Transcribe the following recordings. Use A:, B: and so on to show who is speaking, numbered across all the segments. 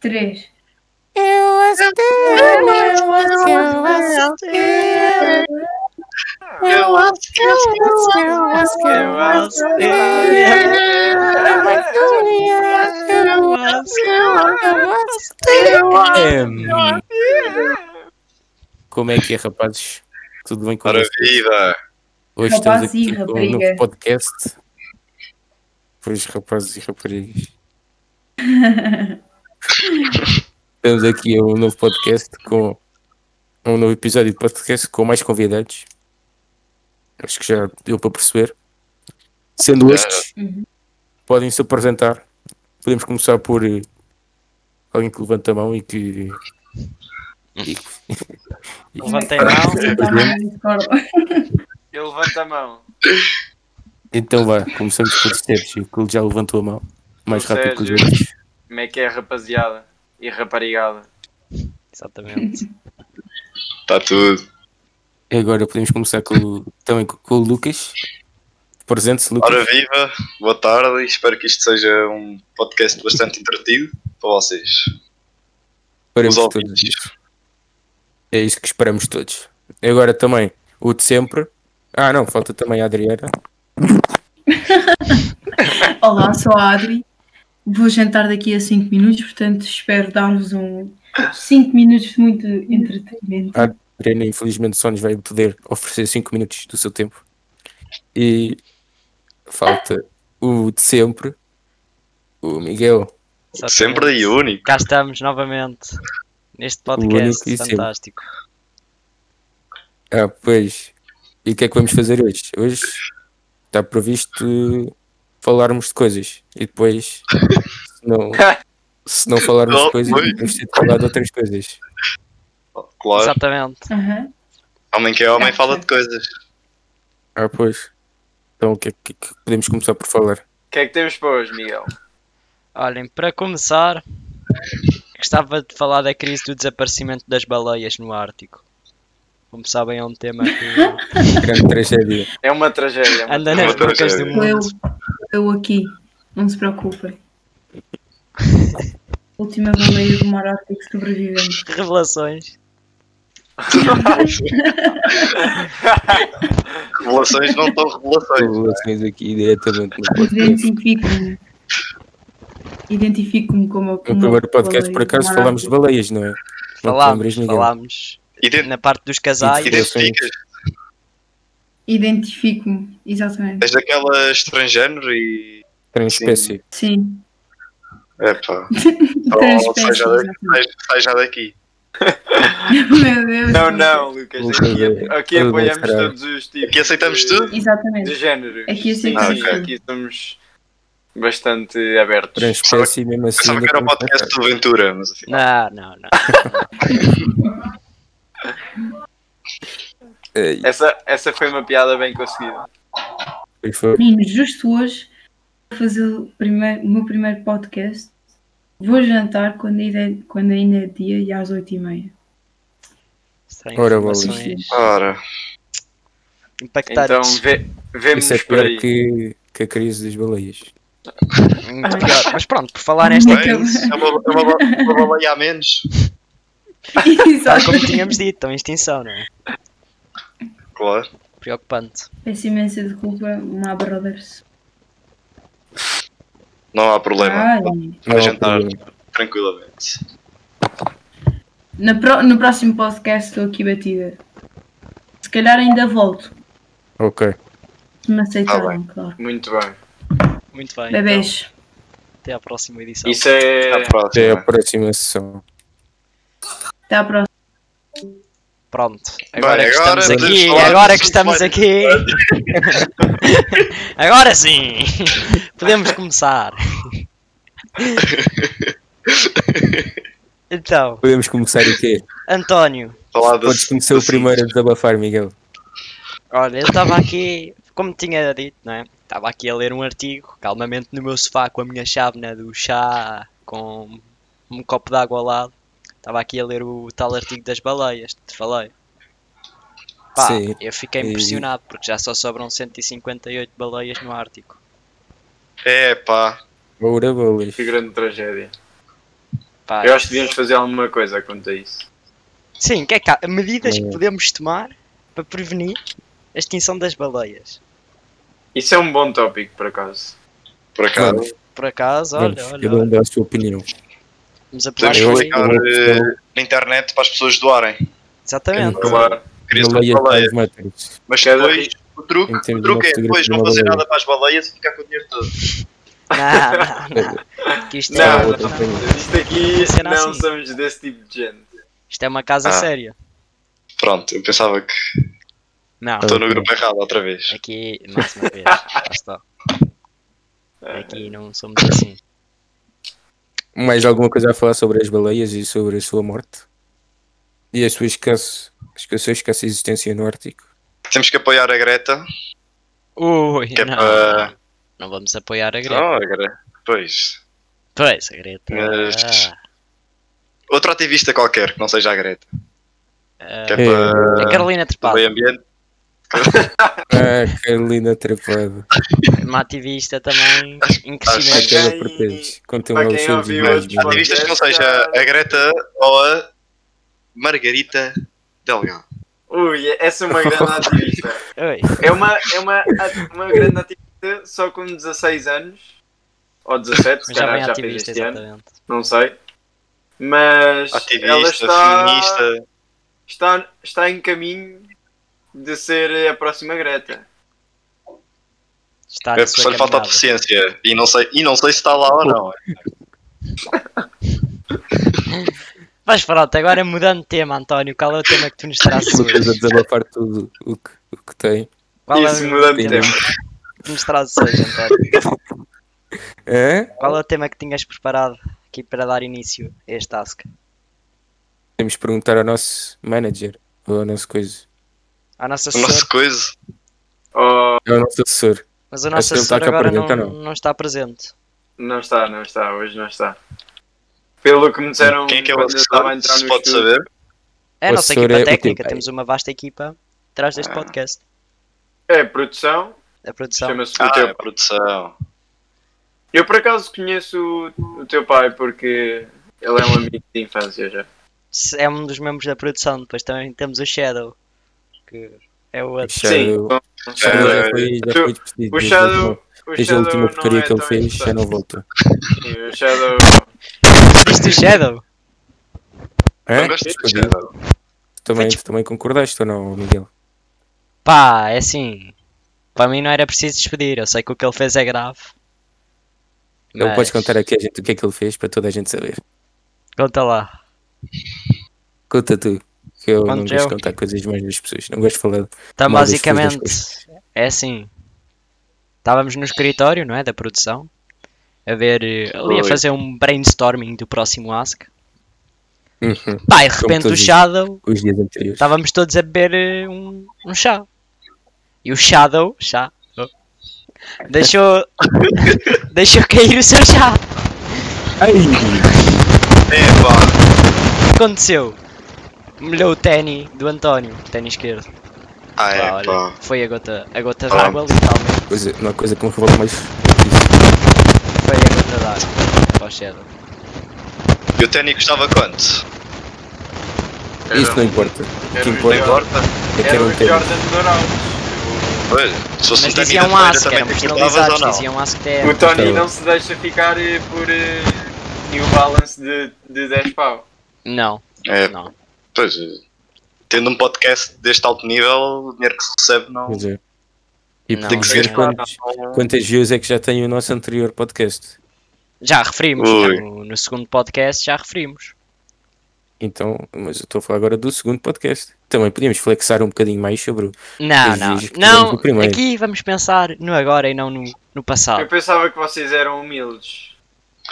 A: Três.
B: Eu as temas, eu as temas. Eu as temas, eu as temas. Eu as
C: Hum, Como é que é, rapazes? Tudo bem com
D: Ora
C: vocês?
D: viva!
C: Hoje estamos
A: Rapazes e
C: aqui com um
A: raparigas.
C: novo podcast. Pois, rapazes e raparigas. Estamos aqui a um novo podcast com a um novo episódio de podcast com mais convidados. Acho que já deu para perceber. Sendo estes,
A: Uhum.
C: podem se apresentar. Podemos começar por eh, alguém que levanta a mão e que. e que-
E: Levantei a mão.
A: Eu também não discordo.
E: Eu levanto a mão.
C: Então vá, começamos por Sérgio, que ele já levantou a mão. Mais
E: O
C: rápido que os
E: Sérgio.
C: outros.
E: Como é que é, rapaziada? E raparigada?
F: Exatamente.
D: Está Tá tudo.
C: E agora podemos começar com, o- também com, com o Lucas. Presente-se, Lucas.
D: Ora viva, boa tarde e espero que isto seja um podcast bastante entretido para vocês.
C: Esperamos
D: os
C: todos.
D: ouvintes.
C: isso. É isso que esperamos todos. E agora também, o de sempre. Ah, não, falta também a Adriana.
A: Olá, sou a Adri. Vou jantar daqui a 5 minutos, portanto espero dar-vos um 5 minutos de muito entretenimento.
C: Ah. A Adriana, infelizmente, só nos vai poder oferecer 5 minutos do seu tempo. E falta o de sempre, o Miguel.
F: Exatamente.
D: Sempre aí, único.
F: Cá estamos novamente neste
C: único e
F: podcast
C: sempre.
F: fantástico.
C: Ah, pois. E o que é que vamos fazer hoje? Hoje está previsto falarmos de coisas e depois, se não, se não falarmos de
D: Não,
C: coisas,
D: pois.
C: vamos ter de falar de outras coisas.
D: Claro,
F: Exatamente.
A: Aham.
D: homem que é homem fala de coisas.
C: Ah, pois. Então, o que é que, que podemos começar por falar?
E: O que é que temos para hoje, Miguel?
F: Olhem, para começar, gostava de falar da crise do desaparecimento das baleias no Ártico. Como sabem, é um tema que
C: Grande tragédia.
E: É uma tragédia. é uma
F: anda nas bocas
E: tragédia.
F: do
A: Sou eu,
F: mundo.
A: eu aqui, não se preocupem. Última baleia do mar Ártico sobrevivente.
F: Revelações.
D: Revelações não estão revelações.
C: Revelações aqui diretamente no podcast.
A: Identifico-me. Identifico-me como
C: No É primeiro podcast, por acaso, falámos de baleias, não é? Não te lembras,
F: Falámos,
C: Miguel?
F: falámos
D: Ident-
F: na parte dos casais.
D: Identificas?
A: Identifico-me, exatamente.
D: És daquela estrangénero e.
C: Transespécie.
A: Sim.
D: Epá, oh, sai,
A: Transespécie,
D: já daqui, sai, sai já daqui.
A: Meu Deus.
E: Não, não, Lucas.
C: Lucas,
E: Aqui,
C: é-
E: aqui
C: tudo
E: apoiamos
C: bem, será?
E: todos os tipos.
D: Aqui aceitamos
E: de-
D: tudo?
E: De
A: Exatamente.
E: género.
A: Aqui
E: sim,
A: aceitamos
E: sim,
D: tudo.
E: aqui estamos bastante abertos.
C: Transespécie, mesmo assim.
D: Pensava que era o
C: ainda
D: podcast do Ventura, mas assim.
F: Não, não, não.
C: estamos-
E: Essa, essa foi uma piada bem conseguida.
C: Ei, foi-
A: Meninos, justo hoje vou fazer o, primeiro, o meu primeiro podcast. Vou jantar quando ainda, é- quando ainda é dia e às 8h30.
F: Sem
C: Ora,
F: é informações.
D: Ora,
F: Impactaram.
E: Então vê, vemos
C: Tá Isso é
E: por
C: pior
E: aí.
C: que, que a crise das baleias.
F: Muito pior. Mas pronto, por falar nesta
D: bem,
F: crise.
D: é uma, é uma, uma baleia a menos.
F: Tal
A: Exato.
F: como tínhamos dito, estão em extinção, não é?
D: Claro.
F: Preocupante.
A: Peço imensa de culpa, uma brothers.
D: Não há problema.
A: Ai,
C: Não
D: Vai
C: há
D: jantar
C: problema.
D: tranquilamente.
A: na pro- no próximo podcast estou aqui batida. Se calhar ainda volto.
C: Ok.
A: Se me aceitarem,
D: Ah,
A: claro.
E: Muito bem.
C: Então.
F: Muito bem. então,
A: Bebês.
F: até à próxima edição.
E: Isso é.
D: Até à
C: Até
D: próxima.
C: a próxima sessão.
A: Até à próxima.
F: Pronto. Agora é
D: Bem,
F: que
D: agora
F: estamos
D: podemos
F: aqui.
D: falar
F: Agora é que
D: dos
F: estamos aqui. agora sim. Podemos começar. Então,
C: Podemos começar o quê?
F: António.
D: Falar do-
C: Podes começar o
D: do-
C: primeiro a desabafar, Miguel.
F: Olha, eu estava aqui. Como tinha dito, não é? Estava aqui a ler um artigo, calmamente no meu sofá, com a minha chávena do chá, com um copo de água ao lado. Estava aqui a ler o tal artigo das baleias, que te falei. Pá,
C: Sim.
F: eu fiquei
C: E-
F: impressionado porque já só sobram 158 baleias no Ártico.
D: É pá,
C: Oura bolas.
E: Que grande tragédia.
C: Ah,
F: Pá,
E: Eu acho que devíamos fazer alguma coisa quanto a isso.
F: Sim, que é que há? medidas que
C: É.
F: podemos tomar para prevenir a extinção das baleias.
E: Isso é um bom tópico, por acaso.
D: Por acaso.
C: Vamos,
F: Por acaso, olha,
C: vamos,
F: olha,
C: Cada um dá a sua opinião.
F: vamos apelar
D: Podemos
C: Eu acho
F: aqui.
C: que-
D: explicar eh, na internet para as pessoas doarem.
F: Exatamente.
E: Claro.
D: Queria ser
C: Baleia
D: uma baleia.
C: das matriz.
D: Mas
E: Cada
D: depois, o truque,
C: em termos
D: o truque
C: de
D: é
C: uma
D: depois não
C: fotografia
D: fazer
C: baleia.
D: nada para as baleias e ficar com o dinheiro todo.
F: Não, não, não. Que isto,
E: Não,
F: é,
E: não, Isto aqui
F: Será
E: não
F: assim?
E: somos desse tipo de gente.
F: isto é uma casa
D: Ah.
F: séria.
D: Pronto, eu pensava que
F: Não,
D: estou no grupo errado outra vez.
F: aqui, mais uma vez, lá está. Aqui não somos assim.
C: Mais alguma coisa a falar sobre as baleias e sobre a sua morte? E a sua escassa, a sua escassa existência no Ártico?
D: Temos que apoiar a Greta.
F: Ui,
D: Que é
F: não,
D: para-
F: não, não vamos apoiar a É Greta.
D: Não, a Greta. Pois.
F: Pois, a Greta.
D: Mas-
F: ah,
D: Outro ativista qualquer que não seja a Greta.
F: ah,
D: Que é para
F: a Carolina
D: o
F: Trepado,
D: meio ambiente.
C: Ah, Carolina Trapado.
F: uma ativista também em
D: Mas
F: crescimento.
C: Aquela
E: quem-
C: protege. Conta-me
E: para
C: aos
E: quem
C: seus
E: ouviu
C: mais
E: outros podcasts-
D: Ativistas que não seja a Greta ou a Margarita Delgado.
E: Ui, essa é uma grande ativista.
F: Oi,
E: É uma, é uma, uma grande ativista só com 16 anos. Ou 17, se
F: mas já
E: calhar
F: bem
E: já fez
F: ativista,
E: este ano.
F: exatamente.
E: Não sei. Mas ela
D: Ativista,
E: está,
D: feminista.
E: está, está em caminho de ser a próxima Greta.
F: Está
D: É,
F: na sua
D: só lhe falta a
F: caminhada.
D: deficiência. E não, sei, e não sei se está lá ou não.
F: Mas pronto, agora mudando de tema, António, qual é o tema que tu nos trazes
C: Lucas a
F: hoje?
C: desabafar tudo o que, o que tem.
F: Qual
E: Isso,
F: é o
E: mudando de
F: tema
E: tema.
F: que nos trazes hoje, António?
C: Hã?
F: Qual é o tema que tinhas preparado aqui para dar início a este task?
C: Temos de perguntar ao nosso manager, ou ao nosso coisa,
F: Ao nosso
D: O
F: assessor,
D: nosso coisa.
E: Ou
C: ao nosso assessor.
F: mas o nosso
C: ele está
F: assessor
C: cá
F: agora
C: presente
F: não,
C: ou
F: não está presente.
E: não está, não está, hoje não está. Pelo que me disseram
D: Quem é que é o
E: quando eu estava a
D: assessor?
E: entrar
D: Se
E: no
D: pode
E: estúdio,
D: saber.
F: É a
C: O
F: nossa
C: assessor
F: equipa
C: é o
F: técnica,
C: teu pai.
F: temos uma vasta equipa atrás deste podcast,
E: é a produção,
F: a produção.
E: chama-se o
D: Ah,
E: teu
D: é produção.
E: Eu por acaso conheço o, o teu pai porque ele é um amigo de infância já.
F: Se É um dos membros da produção, depois também temos o Shadow, que é o outro.
C: Já-
E: Sim,
C: já
E: são- são dois.
C: já foi, já foi despedido.
E: É, o
C: desde
E: Shadow,
C: última-
E: o
C: Desde a
E: Shadow
C: última porcaria
E: não é
C: que ele
E: tão
C: fez, já não
E: interessante.
C: volta.
E: Sim, O Shadow
F: Viste o Shadow?
C: Hã? É?
D: Não gosto de
C: Desculpa, tu Também, tu também concordaste ou não, Miguel?
F: Pá, é assim, para mim não era preciso despedir, eu sei que o que ele fez é grave.
C: Ele
F: mas-
C: podes contar aqui a gente o que é que ele fez para toda a gente saber.
F: Conta lá.
C: Conta tu, que eu não
F: Conto
C: gosto
F: eu.
C: de contar coisas mais das pessoas. Não gosto de falar.
F: Então,
C: Mal das coisas,
F: basicamente, é assim. Estávamos no escritório, não é? Da produção. A ver, eh, ali a
D: Oi.
F: fazer um brainstorming do próximo Ask.
C: Uhum.
F: Pá, e de
C: Como
F: repente
C: todos
F: o
C: os-
F: Shadow.
C: Os dias anteriores.
F: Estávamos todos a beber eh, um, um chá. E o Shadow. Chá. oh, Deixou. deixou cair o seu chá.
C: Ai!
D: É, Epá.
F: O que aconteceu? Molhou o ténis do António, o ténis esquerdo.
D: Ah,
F: Pá,
D: é,
F: olha,
D: pá.
F: foi a gota, a gota
D: Pá.
F: d'água, literalmente.
C: Coisa, uma coisa que me revolta mais.
F: Foi a gota d'água para o Shadow.
D: E o Tenny custava quanto?
C: Isso não importa.
E: um-
C: O que
D: Não
C: importa
D: importa.
C: é
E: era
C: ter
E: o
C: um tempo.
E: Jordan Dourado.
D: Olha, se fosse um
F: Mas
D: Tenny
F: diziam
D: da
F: um
D: feira
F: ask,
D: também
F: eram
D: te custovas ou
F: personalizados,
D: não?
F: diziam ask é-
E: O
F: TM.
E: Tony
C: Então.
E: não se deixa ficar eh, por eh, New Balance de, de 10 pau.
F: Não,
D: É,
F: não.
D: pois. eh, Tendo um podcast deste alto nível, o dinheiro que se recebe não.
C: Pois é. E
F: Não,
C: tem que
F: não
C: ver
F: é.
C: quantos, quantas views é que já tem o nosso anterior podcast.
F: Já referimos,
D: Ui.
F: no, no segundo podcast já referimos.
C: Então, mas eu estou a falar agora do segundo podcast. Também podíamos flexar um bocadinho mais sobre o.
F: Não,
C: Os
F: não,
C: vídeos que fizemos no
F: não,
C: primeiro.
F: aqui vamos pensar no agora e não no, no
E: Eu
F: passado.
E: pensava que vocês eram humildes.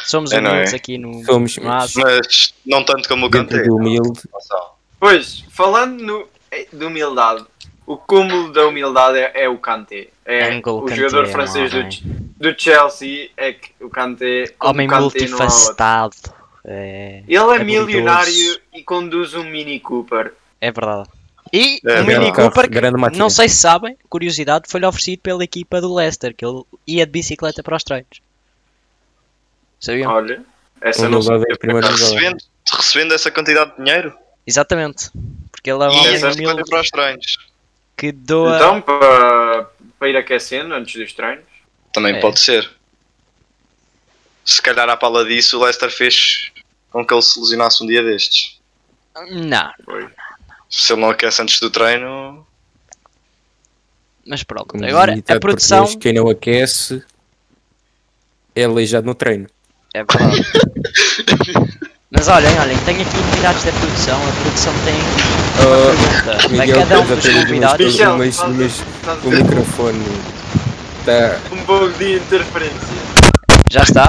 F: Somos
D: É, não é?
F: humildes aqui no...
C: Somos
F: no ask.
D: Mas não tanto como o
C: é- dentro
D: cantei.
C: do humilde.
E: Pois, falando no, eh, de humildade, o cúmulo da humildade é, é o Kanté. É
F: N'Golo
E: o
F: Kanté,
E: jogador
F: é um
E: francês do,
F: homem.
E: Ch- do Chelsea é que o Kanté. como
F: Homem
E: Kanté não há outro.
F: multifacetado. É,
E: Ele é,
F: É
E: milionário
F: habilidoso.
E: e conduz um Mini Cooper.
F: é verdade. E
D: É,
F: o
D: grande
F: Mini
C: carro,
F: Cooper, que
C: grande máquina.
F: não sei se sabem, curiosidade, foi-lhe oferecido pela equipa do Leicester, que ele ia de bicicleta para os treinos. Sabiam?
E: Olha, Essa não sei.
C: Humildade é a primeira humildade.
D: Recebendo, recebendo essa quantidade de dinheiro
F: Exatamente. Porque ele é um
D: e
E: Ih,
F: homem
D: essas
E: essa
F: humilde
D: coisas para os estranhos.
F: que doa.
E: Então, para, para ir aquecendo antes dos treinos.
D: Também
F: É.
D: pode ser. Se calhar à pala disso o Leicester fez com que ele se lesionasse um dia destes.
F: Não,
E: Foi.
D: Se ele não aquece antes do treino,
F: mas pronto.
C: Como
F: Agora,
C: diz o ditado
F: a produção.
C: é português, Quem não aquece é aleijado no treino.
F: É verdade. mas olhem, olhem, tenho aqui convidados da produção. A produção tem
E: Ah.
F: aqui uma pergunta
C: Oh, Miguel,
F: para cada um
C: estás a
F: dos
C: ter umas,
F: convidados.
E: Michel,
C: umas,
E: fala.
C: umas-
E: Estás a
C: Oh, o
E: ter
C: microfone tá está
E: Um pouco de interferência.
F: Já está?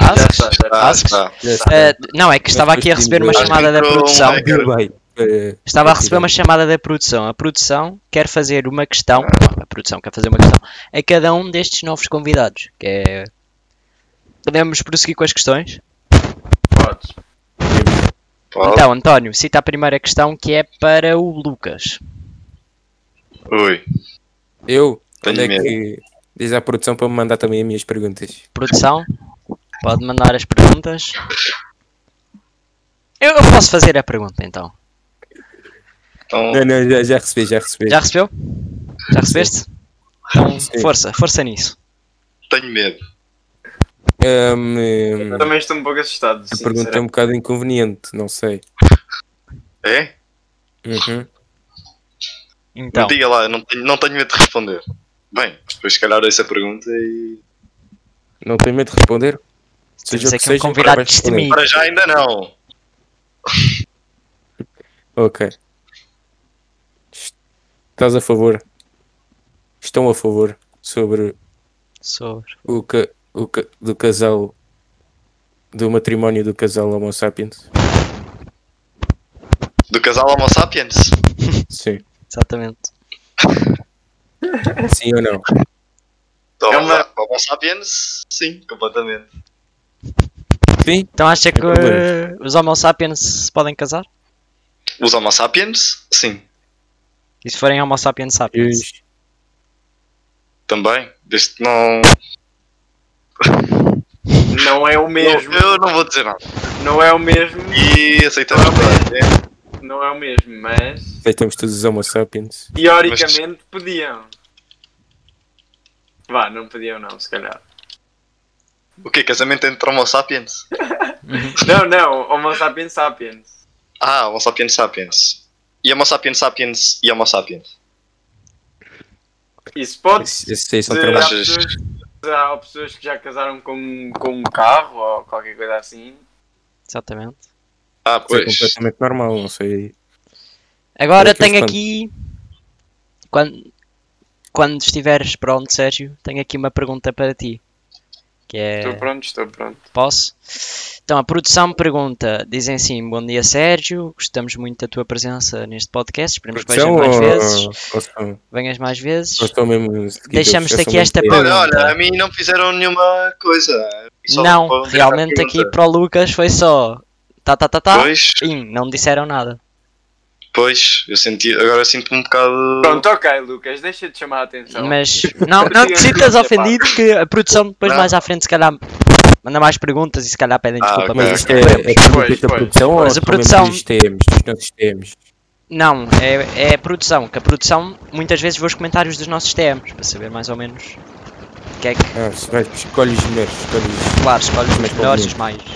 E: Já
F: Asks?
E: está, já está.
D: ah,
F: Asks?
D: tá.
C: já está.
F: Eh, não, é que estava aqui a receber uma
C: Acho que
F: chamada da
D: entrou um
F: produção.
E: né?
D: hacker.
C: Tudo bem. Eh,
F: Estava a receber uma chamada da produção. A produção quer fazer uma questão. A produção quer fazer uma questão a cada um destes novos convidados. Que é. Podemos prosseguir com as questões?
E: Podes.
D: Pode.
F: Então, António, cita a primeira questão que é para o Lucas.
D: Ui,
C: eu,
D: Tenho
C: onde é
D: medo.
C: que diz à produção para me mandar também as minhas perguntas?
F: Produção, pode mandar as perguntas. Eu eu posso fazer a pergunta então.
D: então
C: Não, não, já, já recebi, já recebi.
F: Já recebeu? Já recebeste? Então,
C: Sim.
F: força, força nisso.
D: tenho medo.
C: Ahm, ehm,
E: Também estou um pouco assustado.
C: a pergunta é um
E: sinceramente.
C: bocado inconveniente, não sei.
D: É?
C: Uhum.
F: Então,
D: Diga lá, eu não tenho, não tenho medo de responder. Bem, depois se calhar essa pergunta e.
C: Não tenho medo de responder. Seja
F: temos
C: o
F: aqui
C: que
F: um
C: seja,
F: convidado
C: vai responder.
F: destemido.
D: Para já ainda não.
C: Ok. Estás a favor? Estão a favor sobre
F: Sobre.
C: o, ca o ca do casal do matrimónio do casal Homo sapiens?
D: Do casal Homo sapiens?
C: Sim.
F: Exatamente.
C: Sim ou não?
D: Do
E: É
D: Homo,
E: uma-
D: Homo sapiens? Sim, completamente.
C: Sim?
F: Então acha que
C: problema.
F: uh, os Homo sapiens se podem casar?
D: Os Homo sapiens? Sim.
F: E se forem Homo sapiens
C: E
F: sapiens?
C: os-
D: Também. Desde que não.
E: Não é o mesmo.
D: Eu não vou dizer nada.
E: Não é o mesmo.
D: E aceitamos
E: Não,
D: toda a gente.
E: Não é o mesmo, mas.
C: Aceitamos todos os Homo sapiens.
E: Teoricamente podiam. Vá, não podiam não, se calhar.
D: É. O quê? Casamento entre Homo sapiens?
E: Não, não, Homo sapiens sapiens.
D: Ah, Homo sapiens sapiens. E Homo sapiens sapiens e Homo sapiens.
E: Isso é um pode ser.
C: Esses esses são
E: Há
C: trabalhos.
E: pessoas, há pessoas que já casaram com, com um carro ou qualquer coisa assim.
F: Exatamente.
D: Ah,
C: Isso é
D: pois.
C: completamente normal, não sei.
F: Agora
C: Olha que
F: tenho
C: eles
F: aqui. Quando, quando estiveres pronto, Sérgio, tenho aqui uma pergunta para ti. Que é.
E: Estou pronto, estou pronto.
F: Posso? Então, a produção pergunta, dizem assim, bom dia Sérgio, gostamos muito da tua presença neste podcast, esperamos que venhas
C: Produção uh,
F: mais
C: ou,
F: vezes,
C: ou são-
F: venhas mais vezes.
C: ou estão mesmo seguidores?
F: Deixamos-te
C: Já são
F: aqui
C: muito
F: esta
C: fiéis.
D: Olha, olha,
F: pergunta.
D: a mim não fizeram nenhuma coisa. Só
F: Não,
D: para-
F: realmente aqui para o Lucas foi só, tá tá tá tá,
D: Pois,
F: Pim, não me disseram nada.
D: pois, eu senti, agora sinto-me um bocado.
E: Pronto, ok, Lucas, deixa de chamar a
D: Então.
E: atenção.
F: Mas não, não te sintas ofendido que a produção depois
D: Não.
F: mais à frente se calhar manda mais perguntas e se calhar pedem
D: Ah,
F: desculpa.
D: ok.
C: Mas
F: mas-
C: isto é, é
E: tipo, Pois,
C: pergunta da
E: pois.
C: produção ou
F: Mas a
C: são mesmo
F: produção-
C: dos TMs, dos nossos TMs?
F: Não, é, é a produção, que a produção muitas vezes vê os comentários dos nossos TMs, para saber mais ou menos o que é que
C: Ah, se vai, escolhe os melhores, escolhe os...
F: Claro, escolhe os
C: Mas
F: melhores e os mais. menos.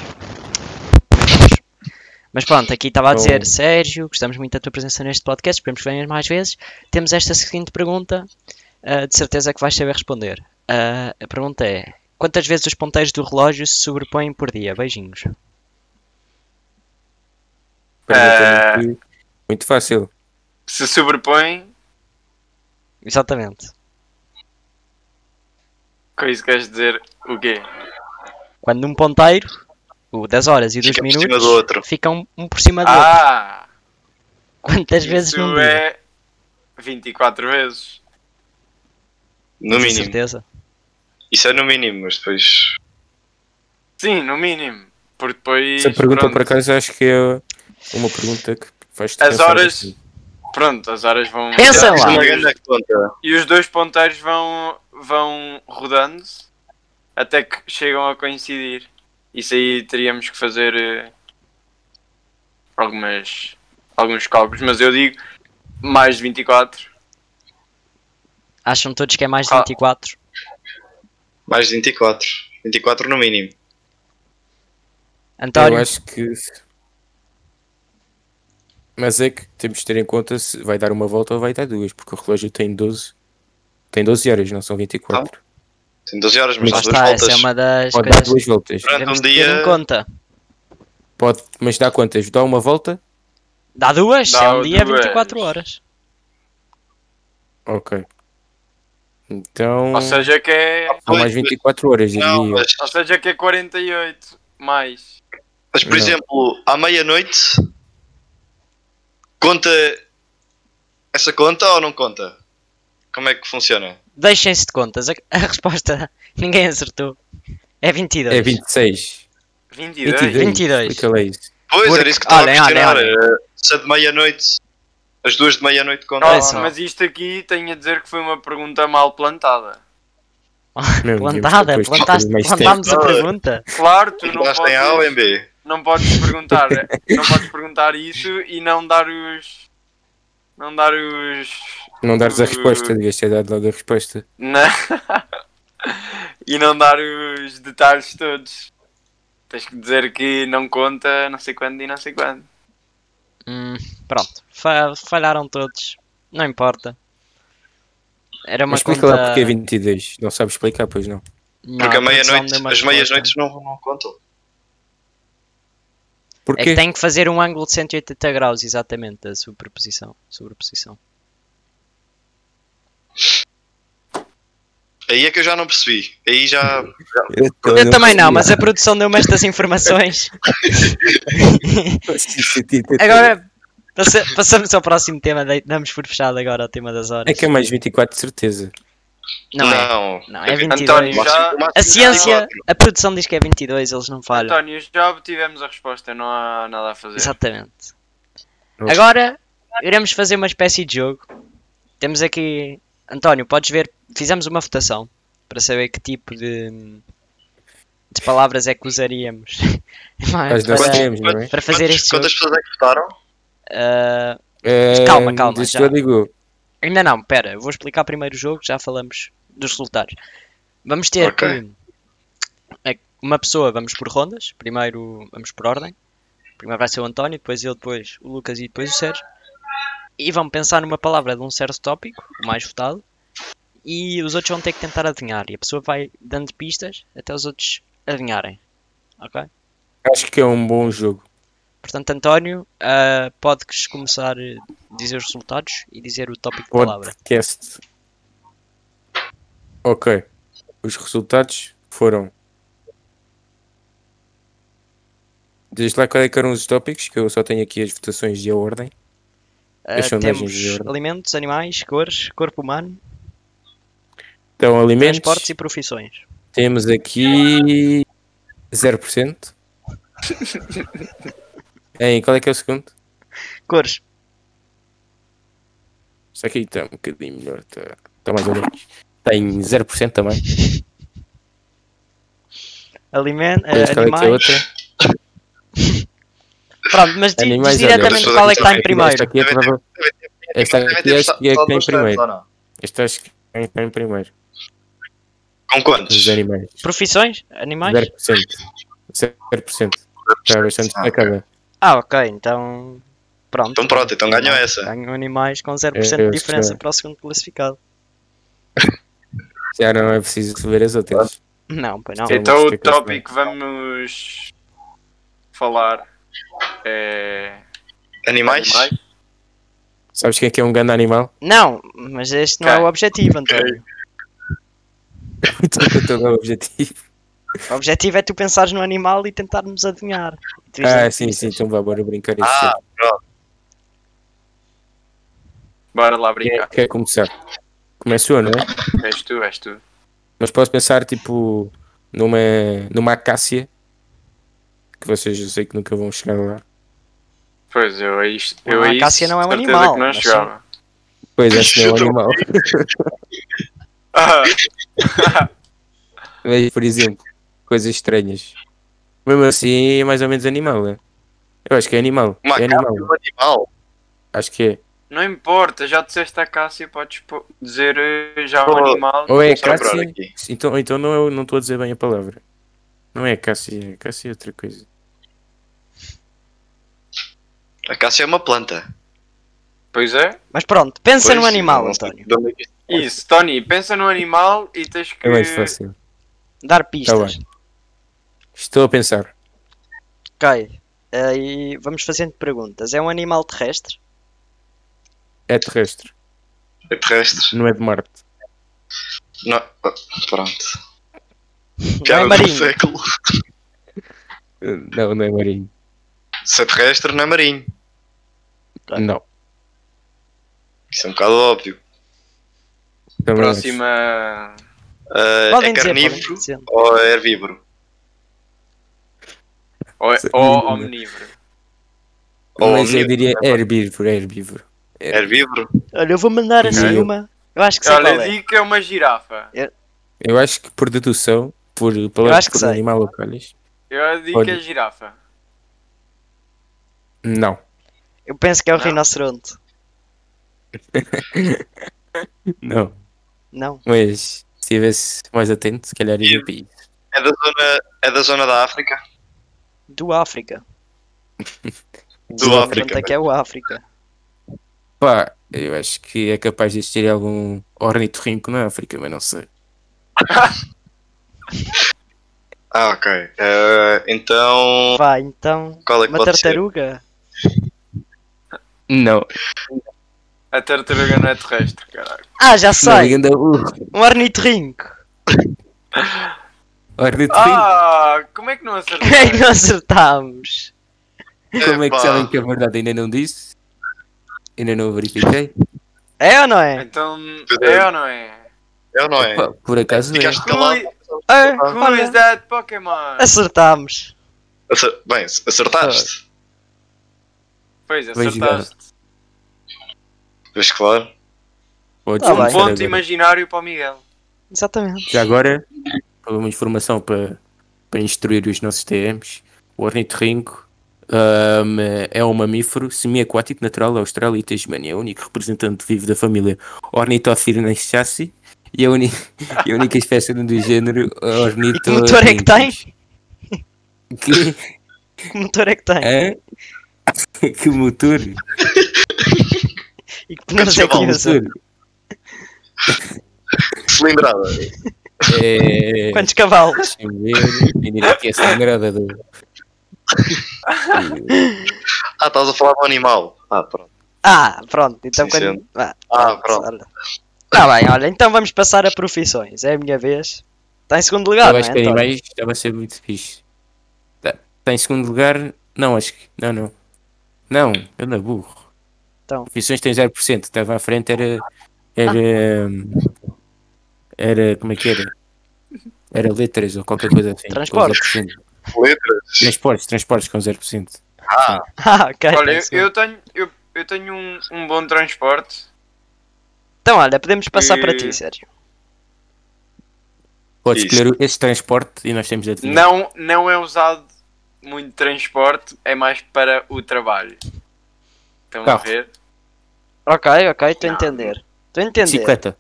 F: Mas pronto, aqui estava a
C: Então-
F: dizer, Sérgio, gostamos muito da tua presença neste podcast, esperemos que venhas mais vezes. Temos esta seguinte pergunta, ah, de certeza que vais saber responder. Ah, a pergunta é: quantas vezes os ponteiros do relógio se sobrepõem por dia? Beijinhos.
C: Pergunta muito,
E: É.
C: muito fácil.
E: Se sobrepõe,
F: Exatamente.
E: com isso queres dizer o quê?
F: Quando um ponteiro, o das horas e dos
D: Fica por cima
F: minutos,
D: do outro.
F: fica um, um por cima do outro.
E: Ah!
F: Quantas vezes
E: Isso
F: num dia?
E: é 24 vezes.
D: No
F: Com
D: mínimo.
F: certeza.
D: Isso é no mínimo, mas depois.
E: Sim, no mínimo. Porque depois.
C: Essa pergunta,
E: pronto,
C: por acaso, acho que é uma pergunta que faz
E: As horas- Pronto, as horas vão.
F: Pensa
D: Isso é
F: lá.
D: uma grande conta.
E: E os dois ponteiros vão, vão rodando até que chegam a coincidir. Isso aí teríamos que fazer eh, algumas, alguns cálculos, mas eu digo mais de 24.
F: Acham todos que é mais de
E: Ah.
F: 24?
D: Mais de 24. 24 no mínimo.
F: António,
C: Eu acho que. Mas é que temos de ter em conta se vai dar uma volta ou vai dar duas, porque o relógio tem 12. Tem 12 horas, não são 24.
E: Então,
D: Tem 12 horas, mas
F: lá
D: dá duas
F: está, essa
D: voltas.
F: é uma das
C: Pode dar
F: coisas
C: duas voltas.
F: que
D: Durante
F: temos
D: um
F: de ter em
D: dia-
F: conta.
C: Pode, mas dá quantas? Dá uma volta?
F: Dá duas? se é
E: Dá
F: um dia, é
E: duas.
F: 24 horas.
C: Ok. Então.
E: Ou seja que é.
C: São mais 24 horas, diria
D: Não,
C: eu.
D: mas,
E: Ou seja que é 48 mais.
D: mas, por
C: Não.
D: exemplo, à meia-noite conta essa conta ou não conta? Como é que funciona?
F: Deixem-se de contas. A, a resposta ninguém acertou. É 22.
C: É 26.
E: 22.
C: 22.
F: 22.
C: Explica lá é isso.
D: Pois,
F: Porque-
D: era isso que estava
F: olhem,
D: a questionar.
F: olhem,
D: eh, Se a de meia-noite, as duas de meia-noite contam.
E: Nossa,
F: Olha só.
E: mas isto aqui tenho a dizer que foi uma pergunta mal plantada.
C: Meu, devíamos
F: Plantada,
C: depois ter
F: plantaste,
C: mais tempo.
F: plantámos a
D: Não, é-
F: pergunta.
E: Claro, tu não
D: Gastem A ou em
E: podes,
D: B?
E: não podes perguntar, não podes perguntar isso e não dar os não dar os
C: Não dares a resposta,
F: Hum.
E: Uh,
C: devias ter dado logo a resposta.
E: na- e não dar os detalhes todos. Tens que dizer que não conta não sei quando e não sei quando.
F: Hum, pronto, Fa- falharam todos. Não importa. Era uma
C: Mas explica lá porque é 22. Não sabes explicar, pois não.
F: Não, assim,
D: Porque à
F: a produção
D: meia-noite,
F: deu uma
D: as
F: resposta.
D: meias-noites não, não contam.
F: É
C: Porquê?
F: que tem que fazer um ângulo de 180 graus, exatamente, da superposição. Sobreposição.
D: Aí é que eu já não percebi. Aí já.
F: Eu, também não, mas a produção deu-me estas informações. Agora, passa- passamos ao próximo tema, dei- damos por fechado agora o tema das horas.
C: É que é mais 24 de certeza.
F: Não, é.
D: não.
F: Não, é 22.
E: António,
D: Máximo-
E: já-
D: máximo
F: A ciência,
D: 24.
F: a produção diz que é 22, eles não falham.
E: António, já obtivemos a resposta, não há nada a
F: é.
E: fazer.
F: Exatamente.
C: Ok.
F: Agora iremos fazer uma espécie de jogo. Temos aqui. António, podes ver. Fizemos uma votação para saber que tipo de, de palavras é que usaríamos não é?
C: Nós não
F: para,
C: sabemos, não é?
F: para fazer
D: Quantas-
F: este jogo.
D: Quantas pessoas é que votaram?
F: Ah,
C: Eh,
F: calma, calma,
C: diz
F: já.
C: Rodrigo.
F: ainda não, pera, eu vou explicar primeiro o jogo, já falamos dos resultados. Vamos ter
D: Ok.
F: que- é, uma pessoa, vamos por rondas, primeiro vamos por ordem. Primeiro vai ser o António, depois eu, depois o Lucas e depois o Sérgio. E vão pensar numa palavra de um certo tópico, o mais votado, e os outros vão ter que tentar adivinhar. E a pessoa vai dando pistas até os outros adivinharem. Ok?
C: Acho que é um bom jogo.
F: Portanto, António, ah, podes começar a dizer os resultados e dizer o tópico de palavra.
C: Podcast. Ok. Os resultados foram. Diz lá quais é que eram os tópicos, que eu só tenho aqui as votações e a ordem.
F: Ah,
C: As sondagens
F: temos
C: de ordem.
F: alimentos, animais, cores, corpo humano,
C: Então, alimentos.
F: transportes e profissões.
C: Temos aqui 0%. em, qual é que é o segundo?
F: Cores.
C: Isso aqui está um bocadinho melhor. Está tá mais ou menos. Tem 0% também.
F: Alimentos,
C: Depois qual é que é a
F: ah, animais.
C: outra?
F: Pronto, mas di- diz
C: Animais,
F: diretamente
D: alimentos.
F: qual é que está em
D: Esta
F: primeiro.
C: Esta aqui é
D: Também
C: prova- Esta
D: Devem
C: aqui
D: ter
C: acho que é que
D: votado
C: tem
D: todos os
C: primeiro.
D: três, ou não?
C: Esta acho que é que tem primeiro.
D: Com quantos?
C: Os animais.
F: Profissões? Animais?
C: 0%. 0%. Está bastante
D: Ah,
C: destacada.
F: Ah, ok, então. Pronto.
D: Então pronto, então ganhou essa.
F: Ganham animais com 0%
C: Eu-
F: de
C: É, eu
F: diferença
C: sei.
F: para o segundo classificado.
C: Já não é preciso ver as outras.
F: Não, pois não.
C: Sim.
E: Então
C: Vamos
E: o
C: ter que ajudar.
E: tópico que vamos falar é
D: Animais?
E: animais.
C: Sabes quem é que é um grande animal?
F: Não, mas este não é o
E: Ok.
F: objetivo, António.
C: Estou com todo o objetivo.
F: O objetivo é tu pensares no animal e tentarmos adivinhar. Tu
C: Ah,
F: dizes-
C: sim, sim. Então vá, bora brincar isso.
D: Ah,
E: Bora lá
C: Quem é
E: brincar.
C: quer começar? Começou, não é?
E: És tu, és tu.
C: Mas posso pensar, tipo, numa, numa acácia. Que vocês eu sei que nunca vão chegar lá.
E: Pois eu a isto.
F: Não,
E: Eu
F: a
E: a isso,
F: Cássia não é um
E: certeza
F: animal,
E: Que não
F: mas sim.
E: chegava.
C: Pois, esse não é um animal.
E: Ah,
C: Veja, Por exemplo, coisas estranhas. Mesmo assim, é mais ou menos animal, é? Eu acho que é animal.
D: Uma
C: é
D: cabra
C: animal.
D: é um animal.
C: Acho que é.
E: Não importa, já disseste a Cássia, podes pô- dizer eh, já o
D: Oh.
E: animal.
C: Ou é
D: Deixa eu procurar
C: Cássia?
D: aqui.
C: Então, então não estou não estou a dizer bem a palavra. Não é Cássia. Cássia é outra coisa.
D: A Cássia é uma planta.
E: Pois é.
F: Mas pronto, pensa
D: Pois,
F: num um animal,
D: não sei
F: António.
D: de onde é que isto-
E: Isso, Tony, pensa no animal e tens que.
C: É mais fácil.
F: Dar pistas.
C: Tá bem. Estou a pensar.
F: ok. Eh, E vamos fazendo perguntas. É um animal terrestre?
C: É terrestre.
D: É terrestre.
C: Não é de Marte.
D: Não. ah, Pronto.
F: não é
D: Piada do
F: marinho?
D: século.
C: Não, não é marinho.
D: Se é terrestre, não é marinho.
C: Não.
D: Isso é um bocado óbvio.
C: Também é. acho.
E: Próxima.
D: Ah, é
F: Podem dizer, podem
D: carnívoro
F: dizer.
D: ou é herbívoro?
E: Ou,
C: Sim,
E: ou
C: não.
E: omnívoro.
D: Ou
C: Mas eu
D: omnívoro.
C: diria é herbívoro. Herbívoro.
D: É Herbívoro?
F: Olha, eu vou mandar assim
C: Caralho.
F: uma. Eu acho que sei
E: Olha,
F: qual
E: eu
F: é.
E: digo que é uma girafa.
C: Eu acho que por dedução, por palavra
F: acho que
C: por
F: sei.
C: animal ou calhas.
E: Eu digo
C: Olha.
E: que é girafa.
C: Não.
F: Eu penso que é o
E: Não.
F: rinoceronte.
C: Não.
F: Não.
C: Mas se estivesse mais atento, se calhar iria para isso.
D: É da zona, é da, zona da África?
F: Do África.
D: Do
F: Portanto,
D: África.
F: é que é o África.
C: Pá, eu acho que é capaz de existir algum ornitorrinco na África, mas não sei.
D: Ah, ok. Ah, então.
F: Vá, então.
D: Qual é que
F: Uma
D: pode ser?
F: tartaruga?
C: Não.
E: A tartaruga não é terrestre, caralho.
F: Ah, já sei!
C: Não, uh,
F: Um ornitorrinco!
C: ornitorrinco.
E: Ah, como é que não acertou?
F: Como é que não acertámos?
C: Como é que
D: Epá.
C: sabem que a verdade ainda não disse? Ainda não verifiquei?
F: É ou não é?
E: Então, é ou não é?
D: Eu não é.
C: Pá, por acaso é.
D: Ficaste calado.
F: É,
E: Who is
F: olha,
E: that Pokémon?
D: é.
F: acertámos.
D: Acer- Bem, acertaste.
E: Pois,
C: Bem jogado.
E: acertaste.
D: Pois claro.
C: Pode
F: Tá
C: ser,
F: bem.
E: Um
C: mas
E: ponto
C: agora.
E: imaginário para o Miguel.
F: Exatamente.
C: Já agora, uma informação para, para instruir os nossos TMs. O ornitorrinco ahm, é um mamífero semiaquático natural da Austrália e Tasmânia. É o único representante vivo da família Ornithocerinaceae e é a, uni- e a única espécie um do género
F: E que motor é que
C: Ornitorrinco.
F: tem?
C: Que,
F: Que motor é que tem?
C: hã? que motor?
F: E que pneus é que
D: cavalo,
F: usa?
C: motor.
D: Cilindrada.
C: É...
F: Quantos cavalos?
C: Deixa eu ver. Menina, que é sangrada do...
D: Ah, estás a falar de um animal. Ah, pronto.
F: Ah, pronto. Então
D: Sim,
F: quando. Ah,
D: Ah, pronto.
F: olha. Tá bem, olha, então vamos passar a profissões. É a minha vez. Está em segundo lugar,
C: Eu
F: não é?
C: acho que
F: António?
C: animais estava a ser muito fixe. Tá. Tá em segundo lugar, não, acho que. Não, não. Não, eu não burro.
F: Então.
C: Profissões tem 0%. Estava à frente, era. Era. Era. Como é que era? Era letras ou qualquer coisa assim. com
F: Transportes.
C: 0%.
D: Letras.
C: Transportes, transportes com 0%.
F: Ah, ok.
E: Olha,
F: tá em
E: eu,
C: é.
F: segundo.
E: eu tenho, eu, eu tenho um, um bom transporte.
F: Então, olha, podemos passar para
E: E-
F: ti, Sérgio.
C: Podes
D: Isso.
C: escolher esse transporte e nós temos de adivinhar.
E: Não, não é usado muito transporte, é mais para o trabalho. Estão a
C: Carro.
E: ver?
F: Ok, ok, estou a entender. Estou a entender.
C: Bicicleta.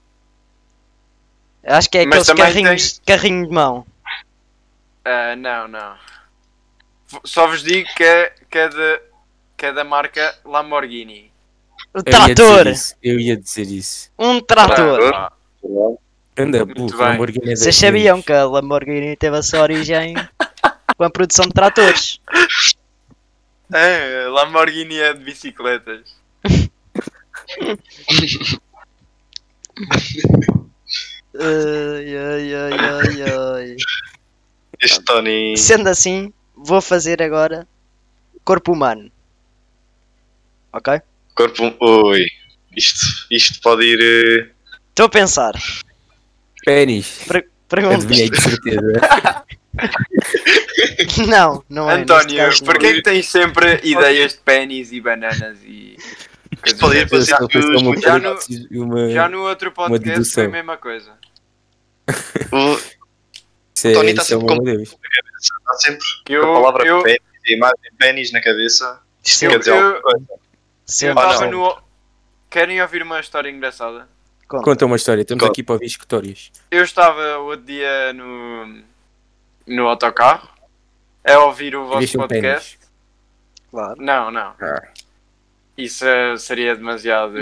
F: Acho que é aqueles
E: Mas também
F: carrinhos, carrinho de mão.
E: Ah, não, não. F- Só vos digo que é, que é, de- que é da marca Lamborghini.
F: O
C: Eu ia dizer
F: trator!
C: isso, Eu ia dizer isso.
F: Um trator!
E: Ah,
C: Anda,
E: Muito
C: burro,
E: bem.
C: Lamborghini é
F: Vocês
C: das
F: sabiam
C: minhas.
F: que a Lamborghini teve a sua origem com a produção de tratores?
E: É, Lamborghini é de bicicletas.
F: Ai, ai, ai, ai, ai.
D: Este Tony.
F: Sendo assim, vou fazer agora corpo humano. Ok?
D: Corpo. Ui. Isto, isto pode ir. eh,
F: Estou a pensar.
C: Pênis.
F: Pre- pergunta.
C: Adivinhei de certeza.
F: Não, não é. neste
E: António,
F: caso não.
E: porquê é que tens sempre ideias de pênis e bananas e.
D: Isto pode ir para
C: Eu só pensei é uma
D: sítios muito.
E: já no-
C: coisa, É uma-
E: Já no outro podcast foi a
C: dedução.
E: mesma coisa.
D: Uh,
C: Isso é,
D: O Tony
C: isso é
E: tá
D: está sempre
C: uma
D: com-
C: Deus.
D: Está sempre
E: Eu,
D: com a palavra
E: eu,
D: pênis, a imagem pênis na cabeça.
F: Sim,
D: Quer dizer,
E: eu-
D: alguma coisa.
E: eu
F: sempre.
D: Ah,
E: estava
D: não.
E: no. Querem ouvir uma história engraçada?
C: Conta uma história, estamos
D: Conta.
C: aqui para ouvir escritórios.
E: Eu estava outro dia no. no autocarro a ouvir o vosso
C: Viste um
E: podcast.
C: pênis.
F: Claro.
E: Não, não.
C: Ah.
E: Isso eh, seria demasiado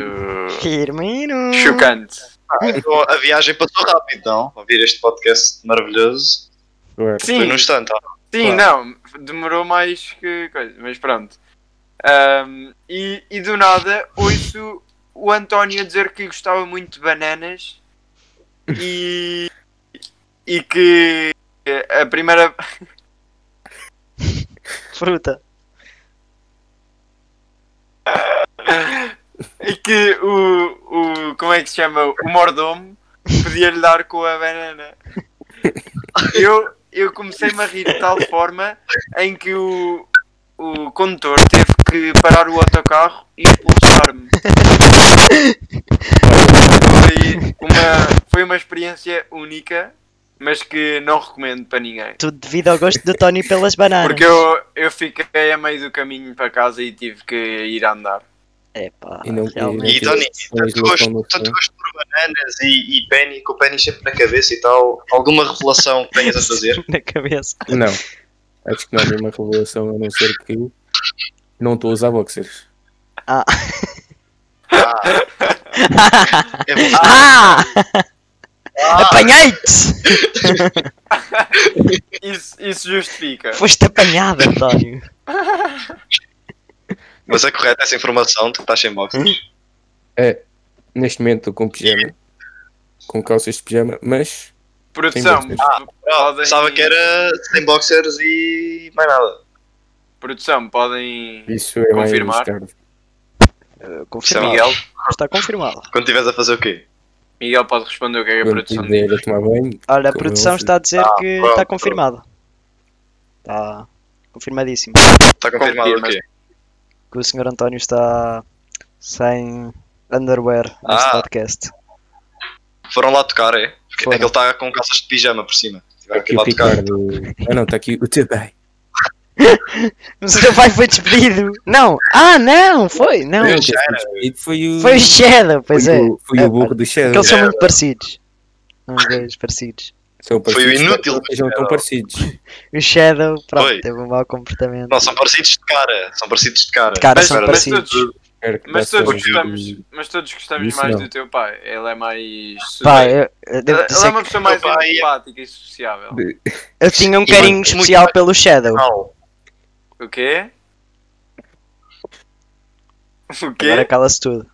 F: Firmino.
E: chocante.
D: Então, a viagem passou rápido, então. Ouvir este podcast maravilhoso.
C: Claro.
D: Foi num
E: Sim,
D: instante. ó.
E: sim, não. Demorou mais que coisa, mas pronto. Ahm, e, e do nada ouço o António a dizer que gostava muito de bananas e, e que a primeira.
F: Fruta.
E: e que o, o. como é que se chama? O mordomo podia-lhe dar com a banana. Eu, eu comecei-me a rir de tal forma em que o, o condutor teve que parar o autocarro e expulsar-me. Foi uma, foi uma experiência única, mas que não recomendo para ninguém.
F: Tudo devido ao gosto do Tony pelas bananas.
E: Porque eu, eu fiquei a meio do caminho para casa e tive que ir a andar.
F: Epá,
C: E não-
F: Ah, realmente.
D: E Tony,
E: tá
D: tanto gosto, tanto gosto por bananas e, e pênis, com o pênis sempre na cabeça e tal. Alguma revelação que tenhas a fazer?
F: Na cabeça.
C: Não. Acho que não há nenhuma revelação a não ser que eu não estou a usar boxers.
D: Ah, é bom.
F: Ah!
D: Ah.
F: Apanhei-te!
E: Isso, isso justifica.
F: Foste apanhado, António.
D: mas é correta essa informação, tu estás sem
E: Hum?
D: boxers.
C: É, Neste momento estou com pijama. Com calças de pijama, mas
E: Produção,
C: Sim,
D: Ah,
E: podem,
D: Pensava que era sem boxers e mais nada.
E: produção, podem.
C: isso é mais
E: Confirmar.
C: tarde.
F: Uh,
D: Sei lá.
F: Confirmado.
E: Miguel,
F: Está confirmado.
D: Quando estiveres a fazer o quê?
E: Miguel pode responder o que é que a
C: Quando
E: produção diz.
C: tiver a tomar banho,
F: Olha, a
C: Como
F: produção
C: eu
F: está a dizer que
D: Ah, pronto,
F: está
D: pronto.
F: confirmado. Está confirmadíssimo.
D: Está confirmado o quê?
F: Que o Sr. António está sem underwear neste
D: Ah.
F: podcast.
D: Foram lá tocar, é? Porque
F: Foram.
D: é que ele está com calças de pijama por cima. Tiveram
C: aqui
D: que ir
C: o
D: lá tocar.
C: Ricardo. Ah não, está aqui o teu bem.
F: Mas o seu pai foi despedido. Não! Ah, não! Foi! Não!
C: Não, quem foi despedido Foi o.
F: Foi o Shadow, pois
C: foi
F: é.
C: o- Foi
F: Ah,
C: o burro do
F: Porque
C: Shadow.
F: eles são muito parecidos. São Uns dois parecidos.
C: São
D: Foi o
C: parecidos,
D: inútil
C: não
D: do
C: Sejam tão
D: Shadow.
C: parecidos.
F: O Shadow, pronto,
D: Foi.
F: teve um mau comportamento.
D: Não, são parecidos de cara. São parecidos de cara.
F: De cara
E: Mas,
F: são
E: mas
D: parece-
F: parecidos.
E: todos,
C: Espero que um
E: mas
C: dá
E: todos
C: sorte.
E: gostamos, mas todos gostamos
C: Isso
E: mais
C: não.
E: do teu pai. Ele é mais.
F: Pá,
E: ele,
F: eu, eu devo
E: ele
F: dizer
E: é uma pessoa mais
D: Opa, aí-
E: empática e sociável.
F: que eu tinha um
D: muito-
F: carinho
D: muito
F: especial
D: mais-
F: pelo Shadow.
D: Não,
E: O quê? O
F: Agora
E: quê?
F: cala-se tudo.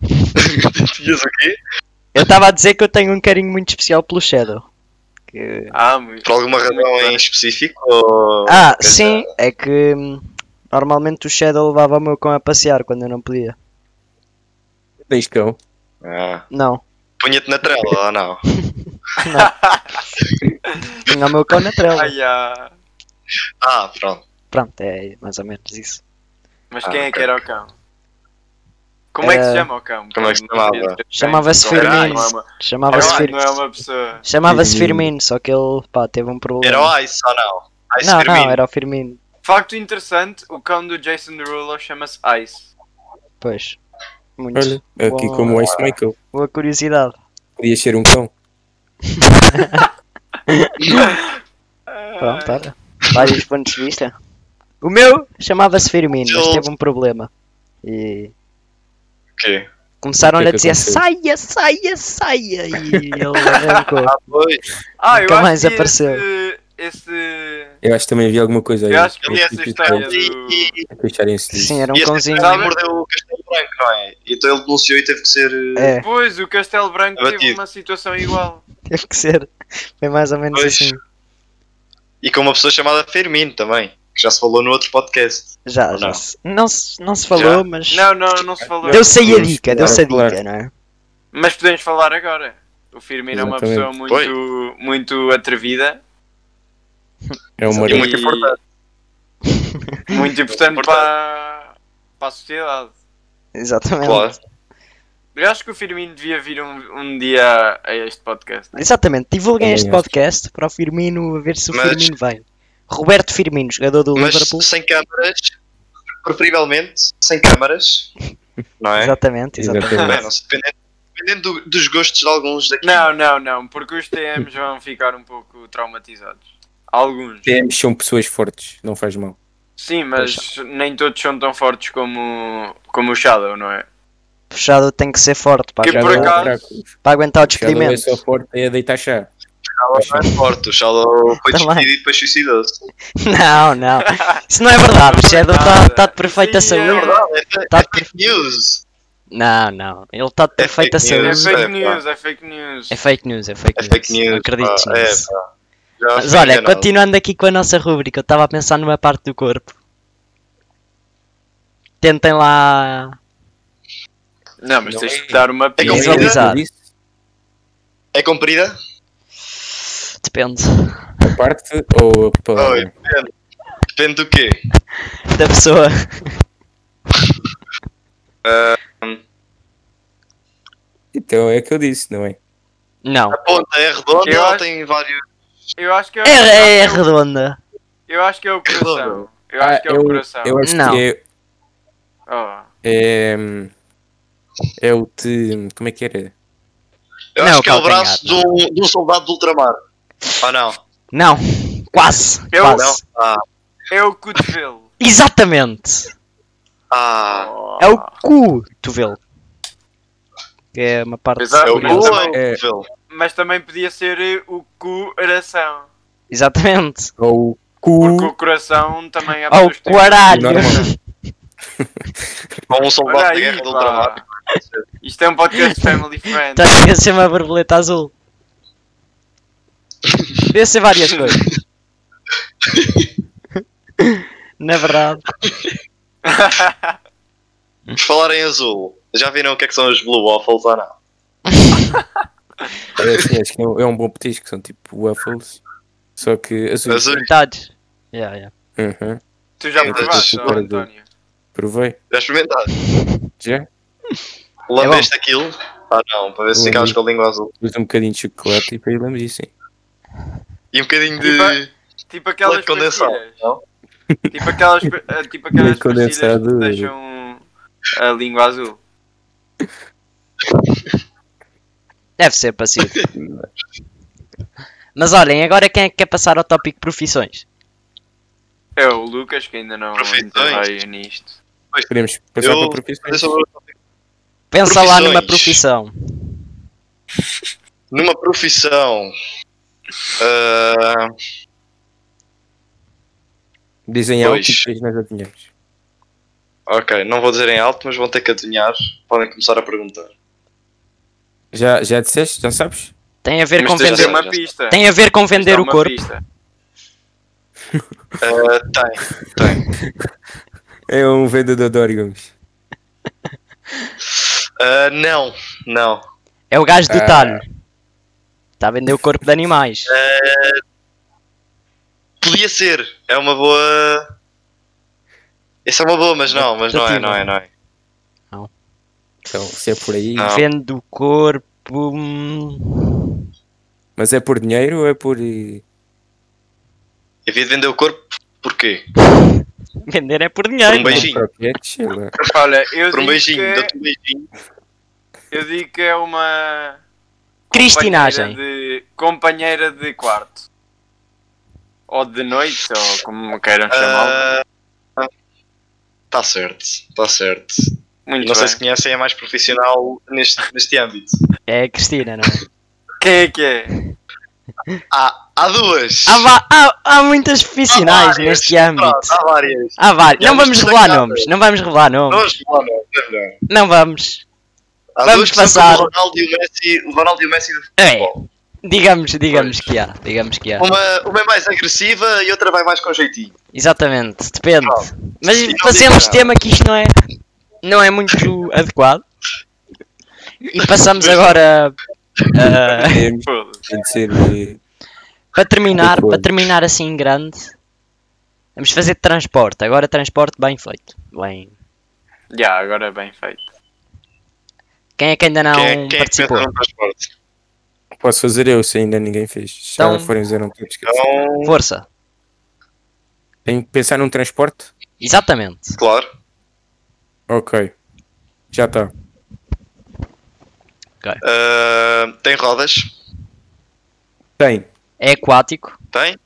D: dias o quê?
F: Eu estava a dizer que eu tenho um carinho muito especial pelo Shadow. Que-
E: Ah, muito.
D: Por alguma razão é em específico? Ou...
F: Ah,
D: quer
F: sim, é que hum, normalmente o Shadow levava o meu cão a passear quando eu não podia.
C: Tens cão.
D: Ah,
F: Não,
D: Punha-te na trela ou não?
F: tinha o meu cão na trela.
E: Ai, ah.
D: Ah, pronto.
F: Pronto, é mais ou menos isso.
E: Mas
D: Ah,
E: quem é que
D: ok.
E: era o cão? Como é que se
F: Era-
E: chama o cão?
D: Como é que se chamava?
F: Chamava-se
E: Não é-
D: Firmino.
E: Não é uma,
F: Chamava-se
E: não é-
F: Fir-
E: não é uma pessoa.
F: Chamava-se
C: Firmino.
F: Firmino, só que ele, pá, teve um problema.
D: Era o Ice ou não? Ice
F: não,
D: Firmino.
F: não, era o Firmino.
E: Facto interessante, o cão do Jason Derulo chama-se Ice.
F: Pois. Muito.
C: Olha, aqui
F: Boa-
C: como o Ice Michael.
F: Boa curiosidade.
C: Podia ser um cão.
E: Ah.
F: Pronto, olha. Vários pontos de vista. O meu chamava-se Firmino, mas teve um problema. E
D: O quê?
F: começaram-lhe a
C: O que é que
F: dizer saia,
C: aconteceu?
F: saia, saia. E ele arrancou.
D: Ah, pois.
E: Ah, eu
F: Nunca
E: acho
F: mais
E: que
F: apareceu.
E: Esse, esse-
C: Eu acho que também havia alguma coisa aí.
E: Eu acho que
D: Ele
E: li
D: é
E: essa
C: Tipo,
F: um
E: história
D: E,
E: do.
D: e,
C: Queixarem-se disso.
F: Sim, era um
D: e este
F: cãozinho.
D: cara mordeu o castelo branco, não é? Então ele denunciou e teve que ser... eh,
F: É,
E: Pois, o Castelo Branco teve
D: Abatido.
E: uma situação igual.
F: teve que ser. Foi mais ou menos
D: Pois.
F: assim.
D: E com uma pessoa chamada Firmino também. Que já se falou no outro podcast.
F: Já,
D: Ou
F: já.
D: não?
F: se- Não se, não se falou, mas.
E: Não, não, não se falou.
F: Deu-se aí a
C: Vamos
F: dica, deu-se a
C: falar.
F: dica, não é?
E: Mas podemos falar agora. O Firmino é uma pessoa
C: Exatamente.
E: muito, muito atrevida.
C: É um
D: E
C: marido.
D: muito importante.
E: Muito importante
D: Importante.
E: para, para a sociedade.
F: É, Exatamente.
D: Claro.
E: Eu acho que o Firmino devia vir um, um dia a este podcast.
F: Exatamente, divulguem
C: É,
F: este
C: é.
F: podcast para o Firmino, a ver se o
D: Mas-
F: Firmino vem. Roberto Firmino, jogador do
D: Mas
F: Liverpool.
D: sem câmaras, preferivelmente sem câmaras, não é?
F: Exatamente, exatamente.
D: Bem, não sei, dependendo, dependendo do- dos gostos de alguns daqui.
E: Não, não, não, porque os TMs vão ficar um pouco traumatizados. Alguns.
C: TMs são pessoas fortes, não faz mal.
E: Sim, mas nem todos são tão fortes como, como o Shadow, não é?
F: Fechado tem que ser forte para,
E: Que por
F: aguentar,
E: acaso-
F: para aguentar o
C: um é Cada um é
F: despedimento.
C: só forte é deitar chá.
D: Ela não é forte, o Shallow foi
F: Também.
D: despedido e depois suicidou-se.
F: Não, não. Isso não é verdade. O Shadow está de perfeita
E: Sim, é
F: saúde.
E: verdade.
F: Tá de
D: Fake news!
F: Não, não. Ele está de perfeita
D: fake
E: É
D: news.
F: saúde.
E: fake
D: é, pá.
E: news, é fake news.
F: É fake news, é fake
D: É
F: news.
D: fake news.
F: Não acredito
D: pá,
F: nisso.
D: É, pá. Já
F: Mas
D: fui
F: olha,
D: enganado.
F: continuando aqui com a nossa rúbrica, eu estava a pensar numa parte do corpo. Tentem lá.
E: Não, mas
C: Não
E: tens
C: é.
E: que dar uma
D: É
E: pista.
D: comida?
F: Visualizar.
C: Eu disse,
D: É comprida?
F: Depende.
C: A parte ou a
D: Oi,
C: palavra?
D: depende. Depende do quê?
F: Da pessoa.
C: Então é que eu disse, não é?
F: Não.
D: A ponta é redonda,
E: Eu
D: ela
E: acho-
D: tem vários.
E: Eu acho que é,
F: É, é, é
E: eu,
F: redonda.
E: acho que é o coração. Eu acho que é
C: Ah,
E: o coração.
C: eu acho
F: Não.
C: que é,
E: Oh.
C: é, hum, é o te. Como é que era?
D: Eu
F: Não,
D: acho que é o
F: calcanhar,
D: braço de um, de um soldado do ultramar. Ah não?
F: Não. Quase.
E: Eu
F: quase.
D: Não? Ah.
E: É o cotovelo.
F: Exatamente.
D: Ah.
E: Oh.
F: É o cotovelo. Que é uma parte
E: Exato.
D: É o
E: Mas
D: cu ou
E: também-
D: é
C: é-
D: o cotovelo?
E: Mas também podia ser eh, o coração.
F: Exatamente.
C: Ou o cu.
E: Porque o coração também é
F: Ao
E: dos tempos.
F: quaralho.
C: Normal.
D: Ou um
E: Olha
D: soldado de
E: aí,
D: guerra do ultramar?
E: pá. Isto é um podcast family friend.
F: Estás a Então, ser uma borboleta azul. Podia ser várias coisas. Na verdade.
D: Por falar em azul, já viram o que é que são os blue waffles ou não?
C: É, assim, acho que é um- é um bom petisco, são tipo waffles. Só que azul.
D: Azul,
F: Pintados. Yeah, yeah.
C: Uhum.
E: tu já
D: Eu
E: provaste,
C: acho
E: ó,
C: super
E: António.
C: Provei.
D: já experimentaste?
C: Já?
D: Lambeste
E: É
D: aquilo? Ah não, para ver se
C: Lambi.
E: Uhum.
D: ficavas com a língua azul.
C: Pus um bocadinho de chocolate e para ir lembrar disso.
D: E um bocadinho
E: E pá,
D: de
E: Tipo aquelas
D: leite condensado,
E: pastilhas.
D: não?
E: Tipo aquelas, eh, tipo aquelas
C: Leite
E: pastilhas que
C: condensado.
E: deixam a língua azul.
F: Deve ser passivo. Mas olhem, agora quem é que quer passar ao tópico profissões?
E: É o Lucas que ainda não
D: Profissões.
E: trabalha nisto.
C: Podemos passar
D: Eu-
C: para profissões.
D: Fazer sobre-
F: Pensa lá numa
D: Profissões.
F: profissão.
D: Numa profissão. Ah,
C: Dizem algo e
D: Pois.
C: depois nós adivinhamos.
D: ok, não vou dizer em alto, mas vão ter que adivinhar. Podem começar a perguntar.
C: Já, já disseste? Já sabes?
F: Tem a ver
D: Mas
F: com
D: tens
E: Tens
F: vender.
D: já-
E: uma
D: já-
E: pista.
F: Tem a ver com
E: Tens
F: vender o
E: uma
F: corpo.
E: pista.
D: Ah, tem, tem.
C: É um vendedor de órgãos.
D: Ah, não, não.
F: É o gajo do
C: Ah.
F: talho. Está a vender o corpo de animais.
D: Podia ser. É uma boa. Essa é uma boa, mas não, mas não é, não é, não é.
C: Então, se é por aí.
D: Não.
F: Vende o corpo. hum,
C: Mas é por dinheiro ou é por. eh,
D: Havia de vender o corpo porquê?
F: Vender é por
D: Por
F: dinheiro.
D: um
F: não é?
D: beijinho.
C: croquetes? Sei lá.
E: Olha, eu
D: Por um
E: digo,
D: beijinho,
E: que,
D: dou-te um beijinho.
E: eu digo que é uma.
F: Cristinagem.
E: Companheira de, companheira de quarto. Ou de noite, ou como queiram chamá-lo.
D: Ah, Tá certo, tá certo.
E: Muito
D: Não sei
E: bem.
D: se conhecem, é mais profissional neste, neste âmbito.
F: É a Cristina, não é?
E: Quem é que é?
D: Há, há duas!
F: Há, va- há- há muitas
D: Há
F: profissionais
D: várias.
F: neste âmbito.
D: Pronto, há várias.
F: Há vários.
D: Já
F: Não vamos
D: vamos
F: revelar
D: destacar,
F: nomes. Não vamos revelar nomes.
D: Duas, bom, não, é melhor.
F: Não vamos.
D: Há
F: Vamos
D: duas que são
F: passar.
D: como O Ronaldo e o Messi, o Ronaldo e o Messi do
F: É.
D: futebol.
F: Digamos, digamos que há. Digamos que há.
D: Uma, uma é mais agressiva e outra vai mais com jeitinho.
F: Exatamente. Depende. Mas
D: Sim, não
F: fazemos
D: digo nada.
F: tema que isto não é. Não é muito adequado. E passamos agora. ah,
C: Temos
E: Foda-se.
C: de ser. eh,
F: Para terminar,
C: Depois.
F: para terminar assim em grande, vamos fazer transporte. Agora transporte bem feito. Bem.
E: Já, agora é bem feito.
F: Quem é que ainda não
D: quem é, quem é que pensa
F: participou?
D: num transporte?
C: Posso fazer eu se ainda ninguém fez. Se
F: Então-
C: já forem dizer, não estou esquecer.
D: Então,
F: Força.
C: Tenho que pensar num transporte?
F: Exatamente.
D: claro.
C: Ok. Já tá. está.
D: Ah, tem rodas?
C: Tem.
F: É aquático,
D: Tem?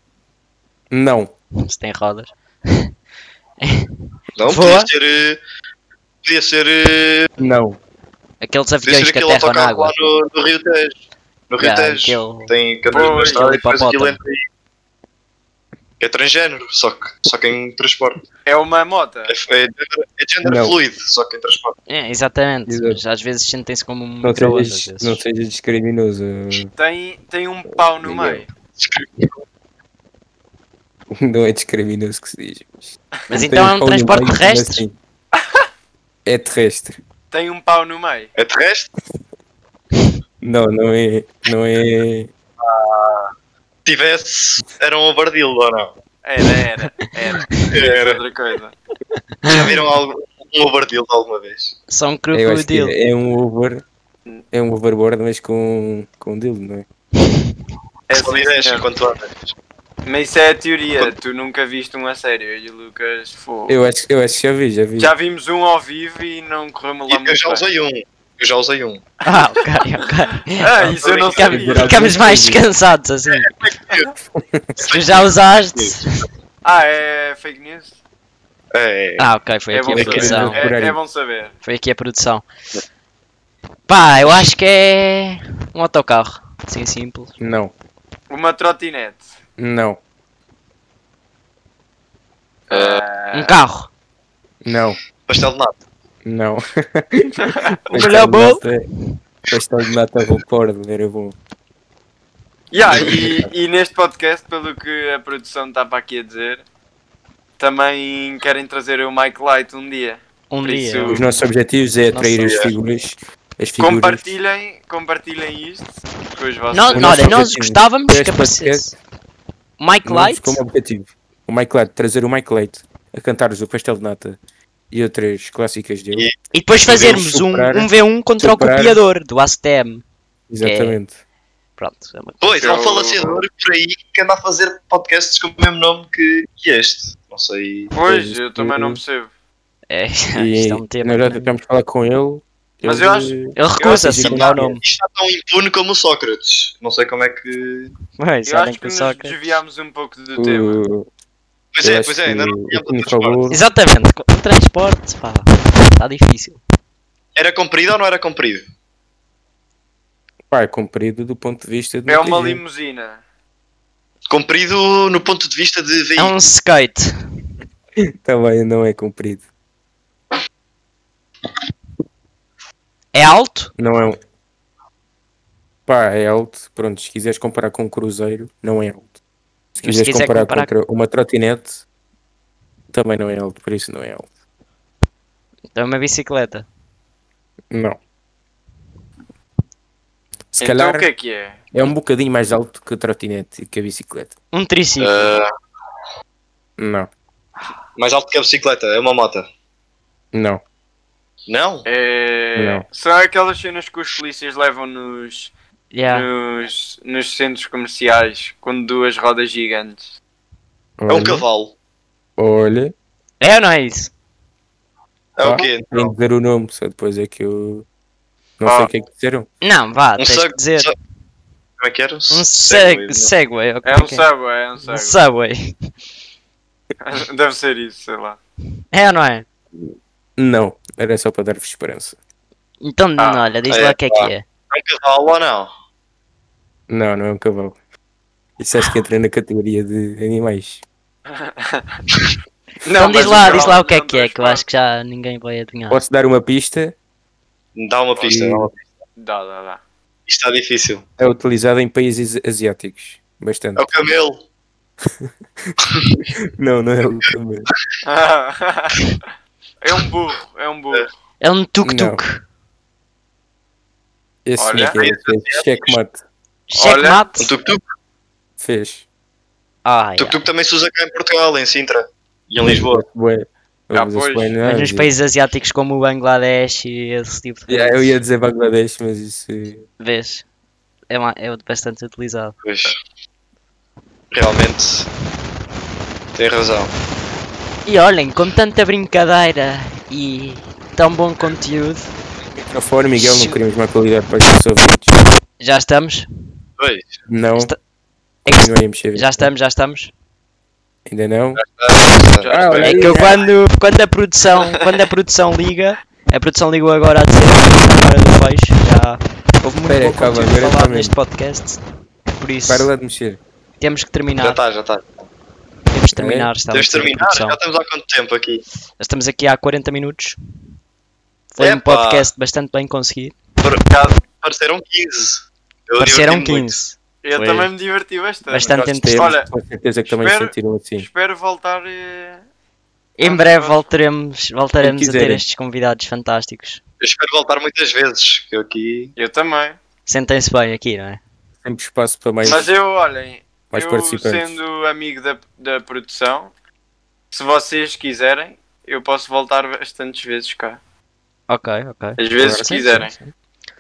C: Não.
F: se tem rodas.
D: Não?
F: Voa?
D: Podia ser. eh, Podia ser. eh,
C: Não.
F: Aqueles
D: Podia
F: aviões
D: ser
F: que
D: aquele
F: aterram na
D: autocarro lá
F: água.
D: no, no Rio Tejo. No Rio
F: Yeah,
D: Tejo.
F: aquele-
D: Tem cada vez
E: Pois,
D: mais estrada e depois
F: hipopótamo.
D: aquilo entra aí. É transgénero, só que, só que em transporte.
E: É uma moto.
D: É, é, gender- é gender
C: Não.
D: fluido, só que em transporte.
F: É, exatamente.
C: Exato.
F: Mas às vezes sentem-se como um
C: Não
F: micro-ondas.
C: sejas,
F: esses.
C: não sejas discriminoso.
E: Tem, tem um pau no meio.
C: Não é discriminoso que se diz.
F: Mas
C: Tem
F: então é
C: pau
F: um
C: no
F: transporte
C: meio, mas
F: terrestre?
C: assim. É terrestre.
E: Tem um pau no meio.
D: É terrestre?
C: Não, não é. Não é.
D: Tivesse, era um overdil ou não?
E: Era, era, era.
D: Era.
E: Outra coisa.
D: Já viram algo, um overdil alguma vez?
F: São um
C: Eu acho que
F: crocodilo.
C: é um over. É um overboard, mas com, com dildo, não é?
E: É
D: Só
E: sim,
D: ideias
E: senhor.
D: enquanto andas.
E: Mas isso é a teoria. Tu nunca viste um a sério. Eu e o Lucas, fô.
C: Eu acho, eu acho que já vi, já vi.
E: Já vimos um ao vivo e não corremos lá
D: E
E: muito
D: eu já
E: bem.
D: usei um. Eu já usei um.
F: Ah, ok, ok.
E: Ah, isso É, eu não
F: Ficamos,
E: sabia.
F: ficamos mais descansados assim.
E: é?
F: Se tu já usaste.
E: Ah, é fake news?
D: É,
F: Ah, ok, foi
E: É
F: aqui
E: bom,
F: a
C: vamos
E: saber.
F: produção.
C: aplicação.
E: É- é bom saber.
F: Foi aqui a produção. Pá, eu acho que é um autocarro. Assim simples.
C: Não,
E: Uma trotinete.
C: não,
E: Ah.
F: Um carro.
C: não,
D: pastel de nata.
C: não. é
F: Olha a bola.
C: Pastel de nata record, era bom.
E: Yeah, e, e neste podcast, pelo que a produção estava aqui a dizer, também querem trazer o Mike Light um dia.
F: Um
E: Por isso,
F: dia.
C: Os nossos objetivos é atrair
F: Nossa.
C: as figuras. As figuras.
E: Compartilhem, compartilhem isto com os vossos
F: Não,
E: amigos.
F: não, olha, nós
C: objetivo
F: gostávamos
C: deste
F: que aparecesse. Mike
C: Não é
F: Light?
C: Como um objetivo. O Mike Light, trazer o Mike Light a cantar-vos o pastel de nata e outras clássicas dele.
D: E-
F: E depois fazermos um,
C: superar-
F: um V1 contra
C: superar-
F: o copiador do ASTEM.
C: Exatamente.
F: Pronto. é uma-
D: Pois, há um
E: Eu-
D: falaciador por aí que anda a fazer podcasts com o mesmo nome que, que este. Não sei.
E: Pois, eu também não percebo.
F: É,
C: E
F: isto é um tema.
C: nós já
F: que não-
C: tentámos falar com ele.
E: Mas
C: ele-
E: eu acho-
F: Ele recusa-se
C: acho
F: a
C: que
F: mudar o
C: não.
F: nome.
D: Isto está tão impune como o Sócrates. Não sei como é que.
F: Mas,
E: Eu
F: sabem
E: acho
F: que
E: que
F: o
E: nos
F: Sócrates-
E: desviámos um pouco do
C: o-
E: tema.
D: Pois
C: eu
D: é,
C: acho
D: pois é,
C: que um
D: ainda não
C: o
D: tínhamos
C: que me
D: outras partes.
C: falou-
F: Exatamente, com um transporte, pá. Está difícil.
D: Era comprido ou não era comprido?
C: Pá, é comprido do ponto de vista de
E: É
C: muita
E: uma
C: gente.
E: limusina.
D: Comprido no ponto de vista de
F: É
D: veículo.
F: um skate.
C: Também não é comprido.
F: É alto?
C: Não é um. Pá, é alto. Pronto, se quiseres comparar com um cruzeiro, não é alto. Se
F: Mas
C: quiseres
F: se quiser
C: comparar,
F: comparar-
C: contra uma trotinete, também não é alto. Por isso não é alto.
F: Então é uma bicicleta.
C: Não. Se
E: Então
C: calhar
E: o que é que é?
C: é um bocadinho mais alto que a trotinete e que a bicicleta.
F: Um triciclo.
D: Ah,
C: Não,
D: mais alto que a bicicleta, é uma moto.
C: não,
D: Não?
E: É-
C: Não.
E: São aquelas cenas que os polícias levam nos,
F: Yeah.
E: nos, nos centros comerciais com duas rodas gigantes.
D: É um
C: Olha,
D: cavalo.
C: Olha,
F: É ou não é isso?
D: É
C: Ah.
D: o quê?
C: tenho que dizer o nome, só depois é que eu não
E: Ah.
C: sei o que é que disseram.
F: Não, vá, Ah, tens
D: um seg-
F: de dizer.
D: se- Como é que era?
F: Um seg-
D: Segway,
F: segway. ou
E: É
F: como
E: um
F: que
E: subway, é um
F: Um
E: subway.
F: subway.
E: Deve ser isso, sei lá.
F: É ou não é?
C: Não, era só para dar-vos esperança.
F: Então,
E: Ah,
F: olha, diz
D: é,
F: lá o que é
D: pá.
F: que é.
D: não. É um cavalo ou não?
C: Não, não é um cavalo. Isso acho que entra na categoria de animais.
F: Então diz
E: mas
F: lá,
E: o
F: diz
E: cavalo
F: lá o que é
E: não
F: que é, que eu
E: transporta.
F: acho que já ninguém vai adivinhar.
C: Posso dar uma pista?
D: Dá uma pista. dá uma pista.
E: Dá, dá, dá.
D: Isto está difícil.
C: É utilizado em países asiáticos. Bastante.
D: É o camelo.
C: Não, não é o camelo.
E: é um burro, é um burro.
F: É um tuk-tuk.
C: Esse
E: Olha,
C: sim que ele fez. Checkmate.
F: Checkmate.
D: Um tuk-tuk.
C: Fez.
F: Ah, yeah. Ah,
D: Tuk-tuk também se usa cá em Portugal, em Sintra. E em Lisboa.
C: Bué.
E: Ah,
C: Mas os
E: pois.
C: painéis
F: Mas nos
C: e-
F: países asiáticos como o Bangladesh e esse tipo de coisas,
C: Yeah, eu ia dizer Bangladesh, mas isso.
F: vês? É, uma- é bastante utilizado.
D: Pois. Realmente. Tem razão.
F: E olhem, com tanta brincadeira e tão bom conteúdo,
C: Microfone, Miguel, não
F: Shoot.
C: queremos má qualidade para os nossos ouvintes.
F: já estamos?
D: Pois.
C: Não,
F: Está- É que-
C: continuem a mexer.
F: Já estamos, já estamos.
C: Ainda não?
D: Ah,
C: Ah,
D: bem.
F: É que eu quando, quando a produção, quando a produção liga, a produção ligou agora a dizer a hora do peixe, já houve muito
C: Espera,
F: pouco
C: calma,
F: conteúdo
C: agora
F: falado
C: também.
F: neste podcast. Por isso,
C: Para lá de mexer.
F: temos que
D: Já
F: terminar.
D: está, já está.
F: Temos de terminar, está a
D: Temos de
F: dizer a
D: terminar,
F: tá produção.
D: já tá. estamos há quanto tempo aqui?
F: Já estamos aqui há 40 minutos. Foi um
D: Epá.
F: podcast bastante bem conseguido.
D: Por acaso, pareceram 15. Eu
F: Pareceram
D: diverti-me muito.
F: 15.
E: Eu
F: Foi.
E: também me diverti bastante.
F: Bastante
E: Gosto.
F: entretido.
E: Olha,
C: Com certeza que também se
E: espero-
C: sentiram assim.
E: espero voltar. eh,
D: Ah,
F: Em breve voltaremos, voltaremos a ter
C: quiserem.
F: estes convidados fantásticos.
D: Eu espero voltar muitas vezes, que eu aqui.
E: Eu também.
F: Sentem-se bem aqui, não é?
C: Sempre espaço para mais,
E: Mas eu, olhem,
C: mais
E: eu
C: participantes.
E: sendo amigo da, da produção, se vocês quiserem, eu posso voltar bastantes vezes cá.
F: Ok, ok.
E: As vezes
C: Claro,
E: que
C: sim,
E: quiserem. é-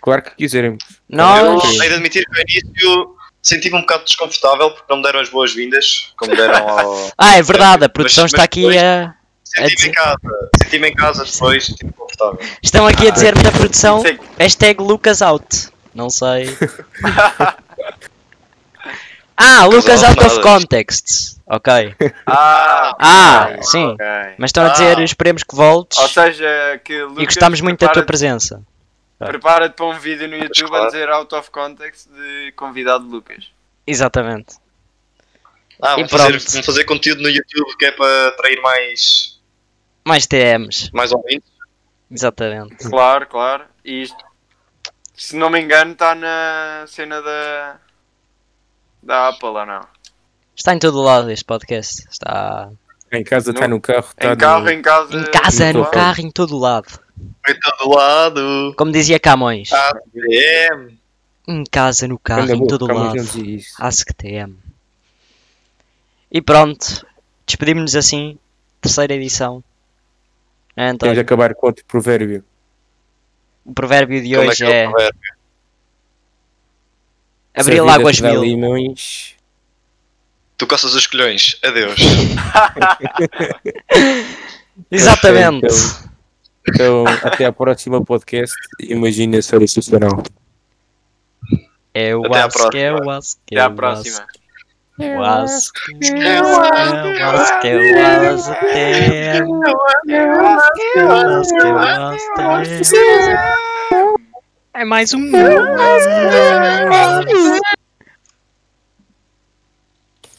C: Claro que quiseremos.
F: Nós,
D: Eu tenho de admitir que no início senti-me um bocado desconfortável porque não me deram as boas-vindas, como deram ao.
F: Ah, é verdade, a produção
D: Mas-
F: está
D: mas
F: aqui
D: depois-
F: a.
D: Senti-me em casa, senti-me em casa depois, senti-me confortável.
F: Estão aqui a dizer-me da produção
E: Sei-
F: hashtag LucasOut. Não sei. ah, Lucas Out of
D: Nada.
F: Context. Ok.
E: Ah,
F: Ah, sim.
E: ok.
F: Mas estão a dizer, esperemos que voltes.
E: Ou seja, que Lucas,
F: E gostamos muito da tua
E: prepara-te-
F: presença.
E: Prepara-te para um vídeo no YouTube
D: claro.
E: a dizer out of context de convidado Lucas.
F: Exatamente.
D: Ah,
F: E
D: vou fazer,
F: pronto.
D: vou fazer conteúdo no YouTube que é para atrair mais,
F: Mais TMs.
D: mais ouvintes.
F: Exatamente.
E: Claro, claro. E isto, se não me engano, está na cena da. da Apple ou não?
F: Está em todo lado este podcast. Está
C: Em casa, está
E: No-
C: no carro, está
F: Tá
E: em carro,
C: no...
E: em casa.
F: Eh, em casa, no
C: Muito
F: carro, em todo lado.
D: Em todo lado.
F: Como dizia Camões.
D: ADM.
F: Em casa, no carro,
C: Anda,
F: em
C: boa,
F: todo
C: calma,
F: lado. Ah, tá.
C: não dizia isso.
F: Acho que TM. E pronto, despedimos-nos assim. Terceira edição. É,
C: Temos de
F: António,
C: acabar com outro provérbio.
F: o provérbio de
D: Como
F: hoje é,
D: é que é?
C: Se a
F: abrir
C: vida
F: águas
C: te dá
F: mil.
C: limões,
D: Tu coças os colhões. Adeus.
F: Exatamente.
C: Perfeito. Então, até à próxima podcast. Imagina ser excepcional.
F: É o
D: Até
F: Ask,
D: à
F: é o
D: próxima.
F: Ask. é
E: Até à
F: o
E: próxima.
F: Ask, é o Ask, é o Ask, é o Ask, é o Ask, é o Ask, é o é Ask. É mais um.